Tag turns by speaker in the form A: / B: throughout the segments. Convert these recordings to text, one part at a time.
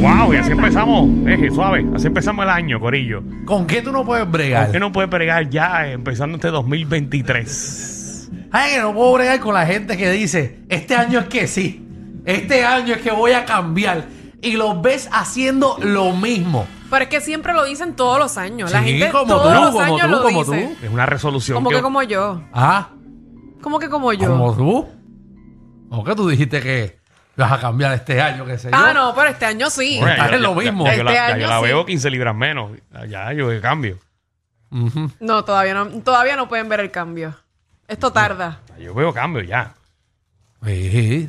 A: Wow, y así empezamos, eje, suave, así empezamos el año, Corillo.
B: ¿Con qué tú no puedes bregar?
A: ¿Por qué no puede bregar ya eh, empezando este 2023?
B: Ay, que no puedo bregar con la gente que dice, este año es que sí, este año es que voy a cambiar. Y los ves haciendo lo mismo.
C: Pero es que siempre lo dicen todos los años. La
B: Sí,
C: gente
B: como
C: todos
B: tú,
C: los
B: como
C: años
B: tú,
C: lo
B: como
C: dice.
B: tú.
A: Es una resolución
C: Como
A: que,
C: que como yo.
B: Ah,
C: Como que como yo.
B: como tú. ¿O que tú dijiste que vas a cambiar este año, qué sé yo?
C: Ah, no, pero este año sí.
A: Bueno,
B: Estás
A: ya-
B: en lo
A: ya- ya-
B: mismo.
A: Ya, yo la,
C: Este
A: ya yo la
C: año sí.
A: veo 15 libras menos. Ya yo de cambio.
B: Ujú.
C: No, todavía no, todavía no pueden ver el cambio. Esto tarda.
A: Ya Yo veo cambio ya.
B: Sí,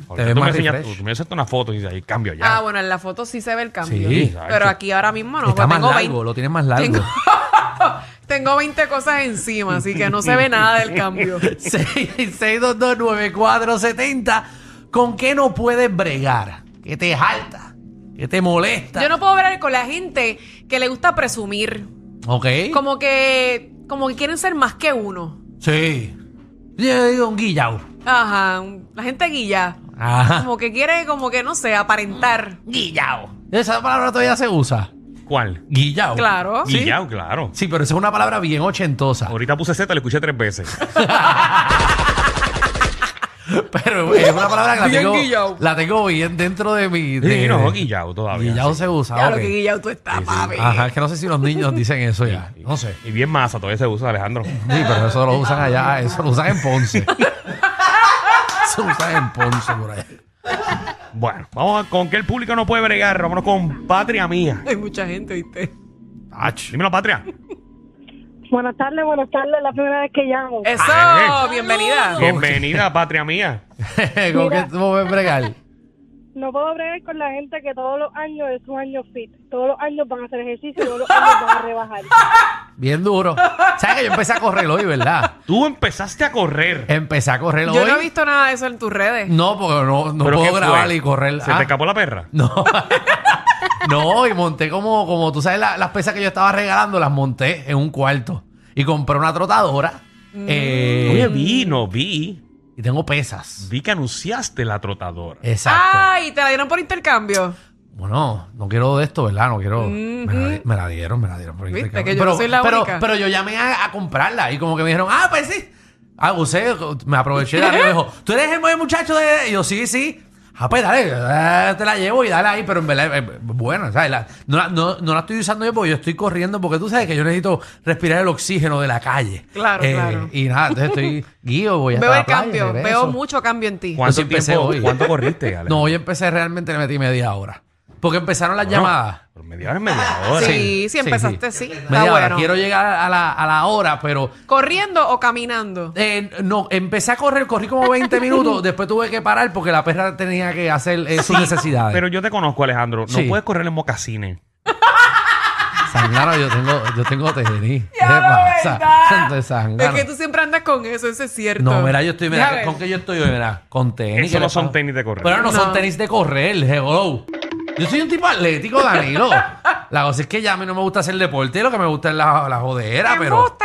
B: te
A: Porque
B: ves
A: tú, me
B: más
A: enseñas-
B: refresh.
A: tú me enseñaste una foto y dices, ahí cambio ya.
C: Ah, bueno, en la foto sí se ve el cambio.
B: Sí.
C: Pero aquí ahora mismo no.
B: Está más
C: porque tengo,
B: largo,
C: 20,
B: lo tienes más largo.
C: tengo 20 cosas encima, así que no se ve nada del cambio.
B: 6229470. ¿Con qué no puedes bregar? ¿Qué te jalta? ¿Qué te molesta?
C: Yo no puedo ver con la gente que le gusta presumir.
B: Ok.
C: Como que, como que quieren ser más que uno.
B: Sí. Yo digo un guillao.
C: Ajá, un- la gente guilla.
B: Ajá.
C: Como que quiere, como que no sé, aparentar.
B: Guillao. Esa palabra todavía se usa.
A: ¿Cuál?
B: Guillao.
C: Claro.
B: Sí.
A: Guillao, claro.
B: Sí, pero esa es una palabra bien ochentosa.
A: Ahorita puse Z, le escuché tres veces.
B: Pero es una palabra que la
C: Bien
B: tengo,
C: guillao.
B: la tengo bien dentro de mi. De,
A: Sí, no, guillao todavía.
B: Guillao
A: sí.
B: se usa.
C: Ya lo
B: Ah, ok.
C: que guillao tú estás, papi.
B: Ajá, es que no sé si los niños dicen eso ya. No sé.
A: Y bien masa, todavía se usa, Alejandro.
B: Sí, pero eso lo usan allá, eso lo usan en Ponce. Eso lo usan en Ponce por allá.
A: Bueno, vamos a con que el público no puede bregar. Vámonos con Patria Mía.
C: Hay mucha gente, ¿viste?
A: Dímelo, Patria.
D: Buenas tardes, buenas tardes. Es la primera vez que llamo.
C: Eso,
A: Ah, eh.
C: bienvenida.
A: Bienvenida, Patria Mía.
B: ¿Con qué tú puedes bregar?
D: No puedo bregar con la gente que todos los años es un año fit. Todos los años van a hacer ejercicio y todos los años van a rebajar.
B: Bien duro. ¿Sabes que yo empecé a correr hoy, verdad?
A: Tú empezaste a correr.
B: Empecé a correr
C: Yo
B: hoy.
C: no he visto nada de eso en tus redes.
B: No, porque no, no
A: ¿Pero qué
B: puedo
A: fue?
B: grabar y correr.
A: ¿Se
B: Ah,
A: te escapó la perra?
B: No. no, y monté como, como tú sabes, la- las pesas que yo estaba regalando, las monté en un cuarto. Y compré una trotadora. eh,
A: Oye, vi, no vi.
B: y tengo pesas.
A: Vi que anunciaste la trotadora.
B: Eh, Exacto.
C: Ay, te la dieron por intercambio.
B: Bueno, no quiero de esto, ¿verdad? No quiero. me, la, di-
C: Ujú.
B: me la dieron, me la dieron. por
C: Viste
B: intercambio.
C: que yo no soy la
B: pero,
C: única.
B: pero yo llamé a, a comprarla y como que me dijeron, ah, pues sí. Ah, usted, me aproveché de arriba y me dijo, tú eres el buen muchacho de. Y yo, sí, sí. Ah, pues dale, eh, te la llevo y dale ahí, pero en verdad, eh, bueno, ¿sabes? La- no, la, no- no la estoy usando yo porque yo estoy corriendo, porque tú sabes que yo necesito respirar el oxígeno de la calle. Eh,
C: Claro, claro.
B: Y nada, entonces estoy guío, voy a
C: Veo
B: la
C: el
B: playa,
C: cambio,
B: regreso.
C: veo mucho cambio en ti.
B: Juan-
A: ¿Cuánto
B: Yo sí empecé
A: tiempo?
B: hoy.
A: ¿Cuánto corriste, Alejandro?
B: No, hoy empecé realmente, le metí media hora. Porque empezaron las
A: Bueno,
B: llamadas.
A: Por media hora es media hora.
C: Sí, sí, empezaste, sí. Está
B: Media hora.
C: bueno.
B: Quiero llegar a la, a la hora, pero
C: ¿Corriendo o caminando?
B: eh, no, empecé a correr, corrí como 20 minutos, después tuve que parar porque la perra tenía que hacer eh, sus necesidades.
A: Pero yo te conozco, Alejandro. No
B: Sí.
A: puedes correr en mocasines.
B: Sangana, yo tengo, yo tengo tenis. ¿Qué
C: Ya, la
B: pasa?
C: verdad.
B: Entonces,
C: Es
B: Sangana.
C: que tú siempre andas con eso, eso es cierto.
B: No, mira, yo estoy,
C: Ya
B: mira,
C: ves.
B: ¿con qué yo estoy hoy? Mira, con tenis.
A: Eso
B: ¿qué
A: no
B: le
A: son
B: pasa?
A: tenis de correr.
B: Pero no,
C: No.
B: son tenis de correr, hello. Yo soy un tipo atlético, Danilo. La cosa es que ya a mí no me gusta hacer deporte, lo que me gusta es la, la jodera, pero,
C: ¡Embuste!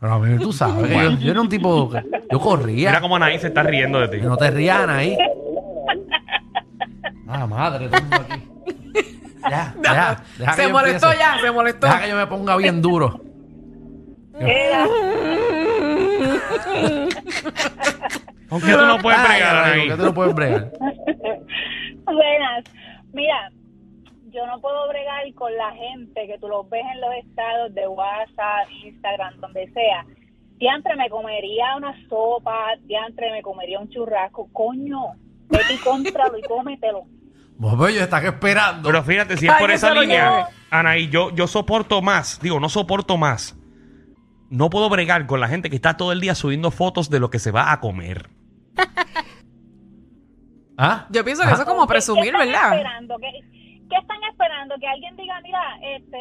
B: pero a mí tú sabes, que yo, yo era un tipo, yo corría.
A: Mira cómo Anaí se está riendo de ti.
B: Que no te rían ahí. Ah, madre, todo el mundo aquí. Ya, ya. deja que
C: Se
B: yo
C: molestó
B: empiece.
C: ya, se molestó.
B: Deja que yo me ponga bien duro.
A: ¿Con qué tú no puedes
B: Ay,
A: bregar,
B: Anaí,
A: Anaí?
B: ¿Por qué tú no puedes bregar?
D: Buenas. Mira, yo no puedo bregar con la gente que tú los ves en los estados de WhatsApp, Instagram, donde sea. Siempre me comería una sopa, siempre me comería un churrasco. Coño, vete y cómpralo y cómetelo.
B: Vos, pero yo estás esperando.
A: Pero fíjate, si es
C: Ay,
A: por
C: yo
A: esa
C: se lo
A: línea,
C: llevo.
A: Anaí, yo, yo soporto más, digo, no soporto más. No puedo bregar con la gente que está todo el día subiendo fotos de lo que se va a comer.
B: ¿Ah?
C: Yo pienso que eso es como
D: ¿Qué-
C: presumir,
D: qué están
C: ¿verdad?
D: Esperando? ¿Qué, qué están esperando? Que alguien diga, mira, este,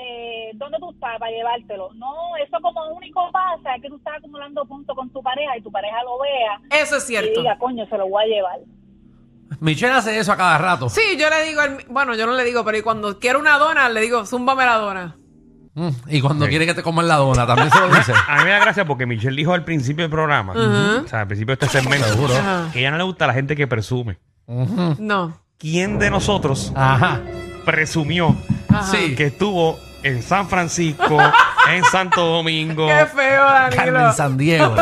D: ¿dónde tú estás para llevártelo? No, eso como único pasa es que tú estás acumulando puntos con tu pareja y tu pareja lo vea
C: Eso es
D: y
C: cierto.
D: diga, coño, se lo voy a llevar.
B: Michelle hace eso a cada rato.
C: Sí, yo le digo, al- bueno, yo no le digo, pero cuando quiero una dona, le digo, zúmbame la dona.
B: Mm, Y cuando quiere que te coman la dona, también se lo dice.
A: A mí me da gracia porque Michelle dijo al principio del programa, o sea, al principio de este segmento,
C: Ajá.
A: que ella no le gusta la gente que presume.
B: Ujú.
C: No.
A: ¿Quién de nosotros
B: Ajá.
A: presumió
C: Ajá.
B: Sí.
A: que estuvo en San Francisco, en Santo Domingo.
C: Qué feo,
B: Carmen
C: Danilo.
B: San Diego.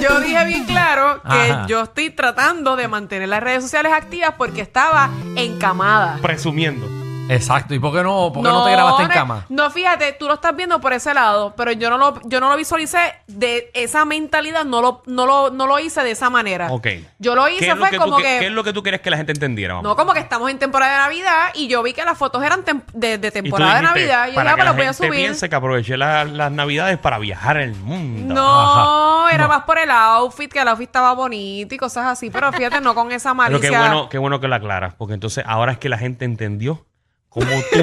C: Yo dije bien claro que
B: Ajá.
C: yo estoy tratando de mantener las redes sociales activas porque estaba encamada.
A: Presumiendo.
B: Exacto. ¿Y por qué no, por qué no, te grabaste en
C: no,
B: cama?
C: No, fíjate, tú lo estás viendo por ese lado, pero yo no lo, yo no lo visualicé de esa mentalidad, no lo, no lo, no lo hice de esa manera.
A: Ok.
C: Yo lo
A: ¿Qué
C: hice
A: es lo
C: fue
A: que tú
C: como
A: que-
C: que.
A: qué es lo que tú querías que la gente entendiera? Vamos.
C: No, como que estamos en temporada de Navidad y yo vi que las fotos eran tem- de, de
A: Y tú
C: temporada de
A: dijiste,
C: Navidad y yo
A: para
C: ya
A: que
C: me
A: la
C: las voy a
A: gente
C: subir.
A: piense que aproveché la- las navidades para viajar el mundo.
C: No, era más por el outfit, que el outfit estaba bonito y cosas así, pero fíjate, no con esa
A: Pero
C: malicia.
A: qué bueno, qué bueno que lo aclaras, porque entonces ahora es que la gente entendió cómo tú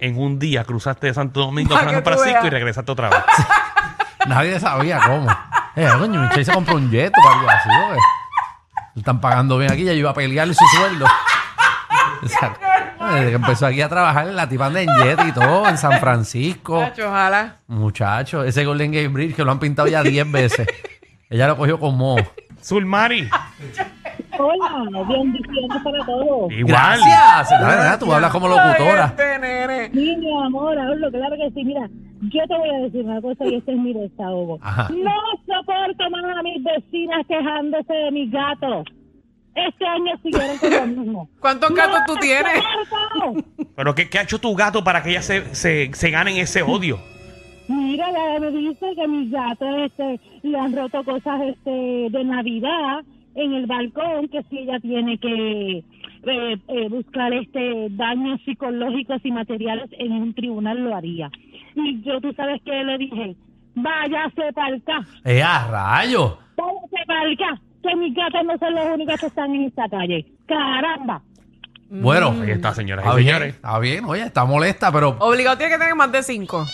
A: en un día cruzaste de Santo Domingo
C: Pa'
A: a
C: que
A: San
C: tú
A: Francisco y
C: veas.
A: regresaste otra vez.
B: Nadie sabía cómo. Eh, coño, Michelle se compró un jet o algo así, ¿no? Le Están pagando bien aquí, ya yo iba a pelearle su sueldo. O sea, desde que empezó aquí a trabajar en la tipanda en jet y todo, en San Francisco.
C: Chacho, ojalá.
B: Muchacho, ese Golden Gate Bridge que lo han pintado ya 10 veces. Ella lo cogió como...
A: Zulmari,
D: Hola, bien, bien para todos.
A: igual.
B: Gracias. La verdad, tú hablas como
C: Ay,
B: locutora.
C: este nene.
D: Sí, mi amor, hablo, claro que sí. Mira, yo te voy a decir una cosa y este es mi desahogo.
B: Ajá.
D: No soporto más a mis vecinas quejándose de mis gatos. Este año siguieron con lo mismo.
C: ¿Cuántos gatos tú tienes?
D: ¡Soporto!
A: Pero ¿qué, qué ha hecho tu gato para que ella se, se, se ganen ese odio?
D: Mira, la me dice que mis gatos este, le han roto cosas este, de Navidad en el balcón, que si ella tiene que eh, eh, buscar este daños psicológicos y materiales en un tribunal, lo haría. Y yo, tú sabes que le dije, váyase para acá,
B: ¡Eh, a rayo!
D: váyase para acá, que mis gatos no son los únicos que están en esta calle. Caramba.
B: Bueno,
A: Ahí está, señoras
B: está
A: y
B: bien,
A: señores.
B: está bien, oye, está molesta, pero
C: Obligado tiene que tener más de cinco.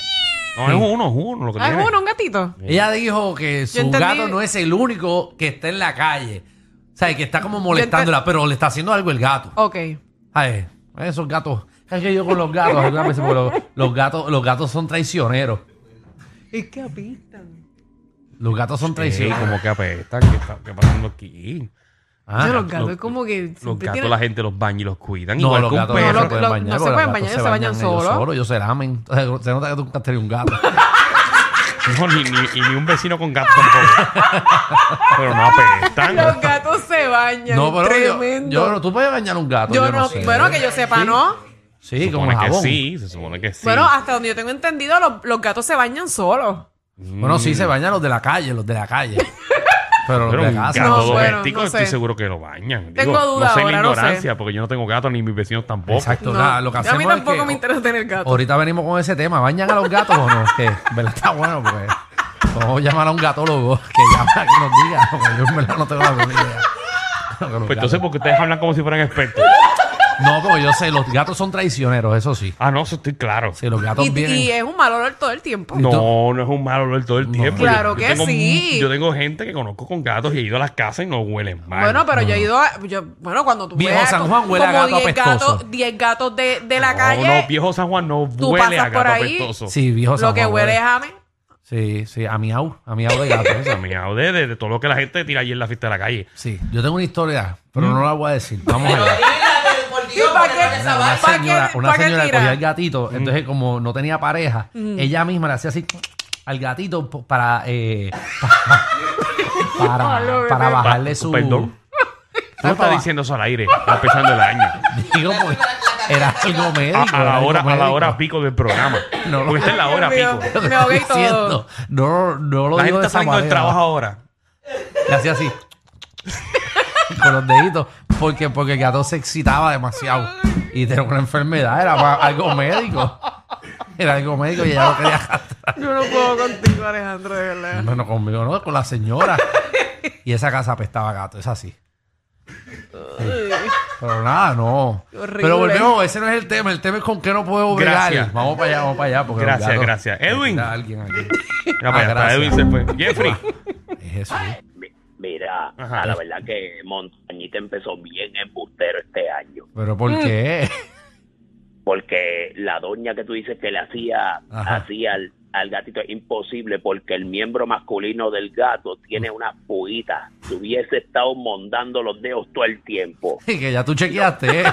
A: No, es uno, es uno lo
B: Pues
A: que
C: Ah,
A: tiene.
C: es uno, un gatito.
B: Ella dijo que su
C: entendí-
B: gato no es el único que está en la calle. O sea, que está como molestándola, pero le está haciendo algo el gato.
C: Ok.
B: Ay, esos gatos. Es que yo con los gatos, algunas veces, porque los, los gatos, los gatos son traicioneros.
C: Es que apestan.
B: Los gatos son
A: Sí,
B: traicioneros.
A: como que apesta, ¿qué está qué pasando aquí?
B: Ah,
C: los gatos
A: los-
C: es como que.
A: Los
C: siempre
A: gatos
C: tienen-
A: la gente los baña y los cuidan.
B: no,
A: igual
B: los
A: que un
B: gatos
A: perro.
B: no se
C: los-
B: pueden
C: los-
B: bañar.
C: no se
B: porque los
C: pueden
B: gatos
C: bañar, se bañan
B: ellos
C: solos.
B: Ellos se lamen. Entonces, se nota que tú nunca has tenido un gato.
A: No, ni, ni, y ni un vecino con gato tampoco. Pero no apestan.
C: Los gatos se bañan.
B: no, pero yo-
C: tremendo.
B: yo, tú puedes bañar un gato.
C: Yo no,
B: sé.
C: bueno, que yo sepa,
B: Sí.
C: ¿no?
B: Sí,
A: se
B: como
A: supone que
B: jabón.
A: sí, se supone que sí.
C: Bueno, hasta donde yo tengo entendido, los, los gatos se bañan solos.
B: Bueno, sí se
C: Mm.
B: bañan los de la calle, los de la calle. Pero
A: pero
B: los de
A: un
B: casa.
A: gato
C: No,
B: sé.
C: bueno,
A: doméstico
C: no
A: estoy
C: sé.
A: seguro que lo bañan.
C: Tengo
A: No
C: duda
A: sé
C: ahora,
A: mi
C: no sé.
A: ignorancia, porque yo no tengo gato ni mis vecinos tampoco.
B: Exacto.
C: No.
B: nada, ah, lo que
C: a mí
B: hacemos es
C: tampoco
B: que-
C: me interesa tener gatos.
B: Ahorita venimos con ese tema. ¿Bañan a los gatos o no? Que, ¿verdad? Está bueno, porque podemos llamar a un gatólogo que llama que nos diga. Porque yo en verdad no tengo la menor idea. Pero los
A: Pues entonces,
B: gatos-
A: porque ustedes hablan como si fueran expertos.
C: pues-
B: No, como yo sé, los gatos son traicioneros, eso sí.
A: Ah, no, eso estoy claro.
B: Sí, los gatos
C: y,
B: vienen.
C: y es un mal olor todo el tiempo.
A: No, no es un mal olor todo el tiempo.
C: Claro que
A: tengo-
C: sí.
A: Yo tengo gente que conozco con gatos y he ido a las casas y no huelen mal.
C: Bueno, pero yo he ido a, yo- Bueno, cuando tú
B: Viejo
C: veas
B: San
C: co-
B: Juan huele a
C: como
B: gato
C: 10
B: apestoso.
C: gatos, 10 gatos de, de la
A: No,
C: calle,
A: No, viejo San Juan no
C: Tú
A: huele a
C: pasas por
A: gato
C: ahí.
A: apestoso.
B: Sí, viejo San
C: lo que
B: Juan,
C: huele es
B: ¿verdad?
C: a mí.
B: Sí, sí, a miau. A miau de gato.
A: Esa mía, de, de- de todo lo que la gente tira allí en la fiesta de la calle.
B: Sí, yo tengo una historia,
C: ¿Mm?
B: pero no la voy a decir. Vamos allá.
C: ¿Y para qué?
B: una
C: ¿Para
B: señora,
C: qué-
B: una
C: para qué
B: señora
C: tira? Mm.
B: cogía al gatito,
A: Mm.
B: entonces como no tenía pareja, ella misma le hacía así al gatito po- para eh, pa- para,
C: Ay, Ah, lo
B: para
C: bebé.
B: bajarle
A: Pa-
B: su
A: Perdón. Tú no
B: Ay, papá.
A: estás diciendo eso al aire, empezando el año.
B: Digo, porque era algo médico.
A: A, a
B: era
A: la
B: algo
A: hora, a la
B: médico.
A: hora pico del programa.
B: No, no.
A: Porque esta es la hora
C: Dios
A: pico.
C: mío.
B: Lo que
C: Me ahogué y
B: estoy diciendo,
C: todo.
B: No, no lo
A: La gente
B: digo de
A: está
B: esa
A: saliendo del
B: manera.
A: trabajo ahora.
C: Ah,
B: Le hacía así con los deditos porque porque el gato se excitaba demasiado y tenía una enfermedad, era más- algo médico. Era algo médico y ella lo quería
C: Yo no puedo contigo, Alejandro, de verdad.
B: No, no, conmigo no, con la señora. y esa casa apestaba a gato, es así. Pero nada, no.
C: Qué horrible.
B: Pero volvemos, ese no es el tema. El tema es con qué no puedo bregar.
A: Gracias.
B: Vamos para allá, vamos para allá. Porque los
A: Gracias,
B: gatos-
A: gracias.
B: Mira,
A: Edwin.
B: alguien aquí.
A: Mira para
B: Ah,
A: allá, para
B: gracias.
A: pues, Edwin se fue. Jeffrey.
B: Es eso. ¿eh?
E: Mi- Mira,
A: Ajá.
E: a la verdad que Montañita empezó bien embustero este año,
B: Pero
C: Mm.
B: ¿por qué?
E: porque la doña que tú dices que le hacía,
B: Ajá.
E: hacía al, al gatito es imposible porque el miembro masculino del gato tiene unas puitas. Si hubiese estado mondando los dedos todo el tiempo.
B: que ya tú chequeaste, ¿eh?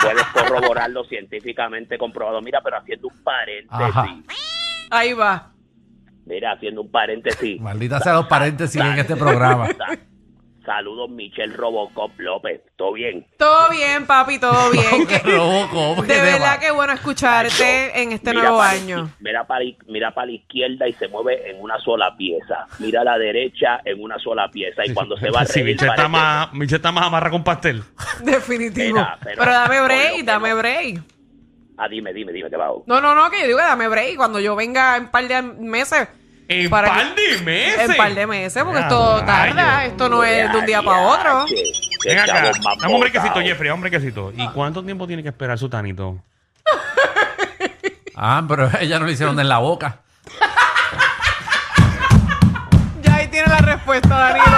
E: Puedes corroborarlo científicamente comprobado. Mira, pero haciendo un paréntesis.
B: Ajá.
C: Ahí va.
E: Mira, haciendo un paréntesis.
B: Maldita sea los paréntesis en este programa.
E: Sa- Saludos, Michelle Robocop López. ¿Todo bien?
C: Todo bien, papi, todo bien. Que-
B: Loco,
C: de
B: qué
C: verdad
B: tema.
C: que bueno escucharte en este nuevo
E: para la
C: año.
E: izquier- Mira para, la- mira para la izquierda y se mueve en una sola pieza. Mira a la derecha en una sola pieza. Y cuando se va a
A: Sí,
E: reír,
A: Michelle está,
E: parece-
A: más, Michelle está más amarra con pastel.
C: Definitivo.
E: Espera, espera.
C: Pero dame
E: Oye,
C: break,
E: pero-
C: dame break.
E: Ah, dime, dime, dime, ¿qué va?
C: No, no, no, que yo digo que dame break. Cuando yo venga en par de meses.
A: En
C: para
A: par
C: que-
A: de meses.
C: En par de meses, porque
A: Ya,
C: esto tarda.
A: rayo.
C: Esto no es de un día para otro.
E: Qué- qué
A: Ven acá.
E: chavos más
A: Dame un brequecito,
E: botados.
A: Jeffrey, dame un brequecito. ¿Y cuánto tiempo tiene que esperar su tanito?
B: Ah, pero ella no le hicieron en la boca.
C: Ya ahí tiene la respuesta, Danilo.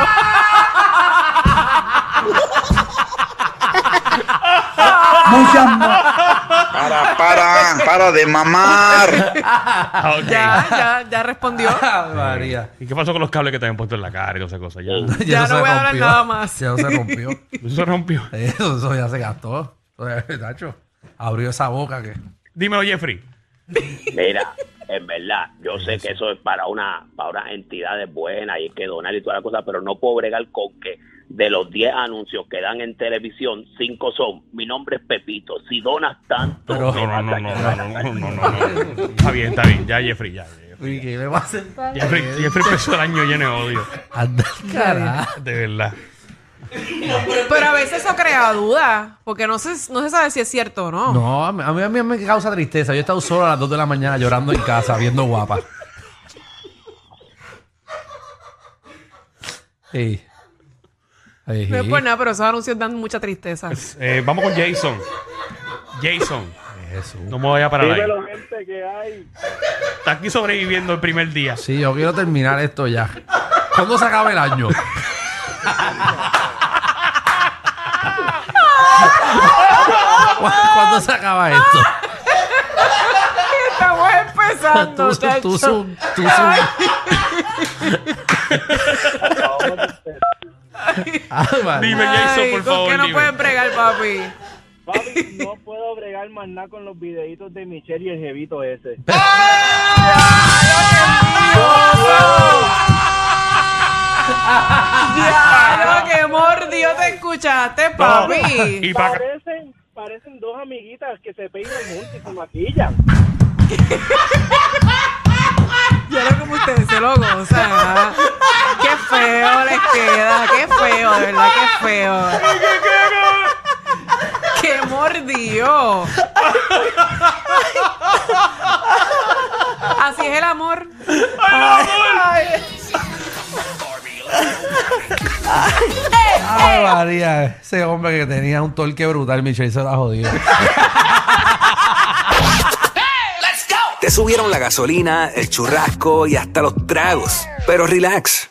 F: Para, para, para de mamar.
A: Ah, ok.
C: Ya, ya, ya respondió.
B: Ah, María.
A: ¿Y qué pasó con los cables que te habían puesto en la cara y todas esas cosas? Ya.
C: Ya no
B: se
C: voy a hablar nada más.
B: Ya no se rompió.
A: Eso se rompió.
B: Eso, eso ya se gastó. Tacho, abrió esa boca que...
A: Dímelo, Jeffrey.
E: Mira, en verdad, yo sé que eso es para una para unas entidades buenas y hay que donar y toda la cosa, pero no puedo bregar con que de los 10 anuncios que dan en televisión, 5 son, mi nombre es Pepito, si donas tanto...
B: Pero-
E: me
A: No, no,
E: vas
A: no,
E: a
A: no,
E: ayudar".
A: no, no, no, no, no, no. Está bien, está bien. Ya, Jeffrey, ya. Jeffrey.
B: Uy, ¿qué me va a sentar?
A: Jeffrey, Jeffrey empezó el año lleno de odio.
B: Anda, carajo.
A: De verdad.
C: Pero a veces eso crea dudas, porque no se, no se sabe si es cierto o no.
B: No, a mí, a mí- a mí me causa tristeza. Yo he estado solo a las 2 de la mañana llorando en casa, viendo guapa. Sí. Sí.
C: No es por nada, pero esos anuncios dan mucha tristeza.
A: Eh, vamos con Jason. Jason,
B: Jesús.
A: no me vaya a parar ahí.
G: gente que hay.
A: Está aquí sobreviviendo el primer día.
B: Sí, yo quiero terminar esto ya. ¿Cuándo se acaba el año? ¿Cu- ¿Cuándo se acaba esto?
C: Estamos empezando,
B: Tú, tú, tú,
C: chacho.
B: tú, tú, tú. Ay, madre.
A: Dime, Jason,
C: Ay,
A: por
C: ¿con
A: favor.
C: qué no
A: dime.
C: pueden bregar, papi?
G: Papi, no puedo bregar más nada con los videitos de Michelle y el jevito ese.
C: Ya, lo que mordió te escuchaste,
A: No.
C: papi.
A: Y para
G: Parecen, parecen dos amiguitas que se peinan juntas y se maquillan.
C: Yo creo como ustedes se lo gozan. ¿ah? Qué feo les queda, qué feo, de verdad, qué feo. ¡Qué mordió! Así es el amor.
B: Ay, María, ese hombre que tenía un torque brutal, Michelle se la jodió.
H: Te subieron la gasolina, el churrasco y hasta los tragos. Pero relax,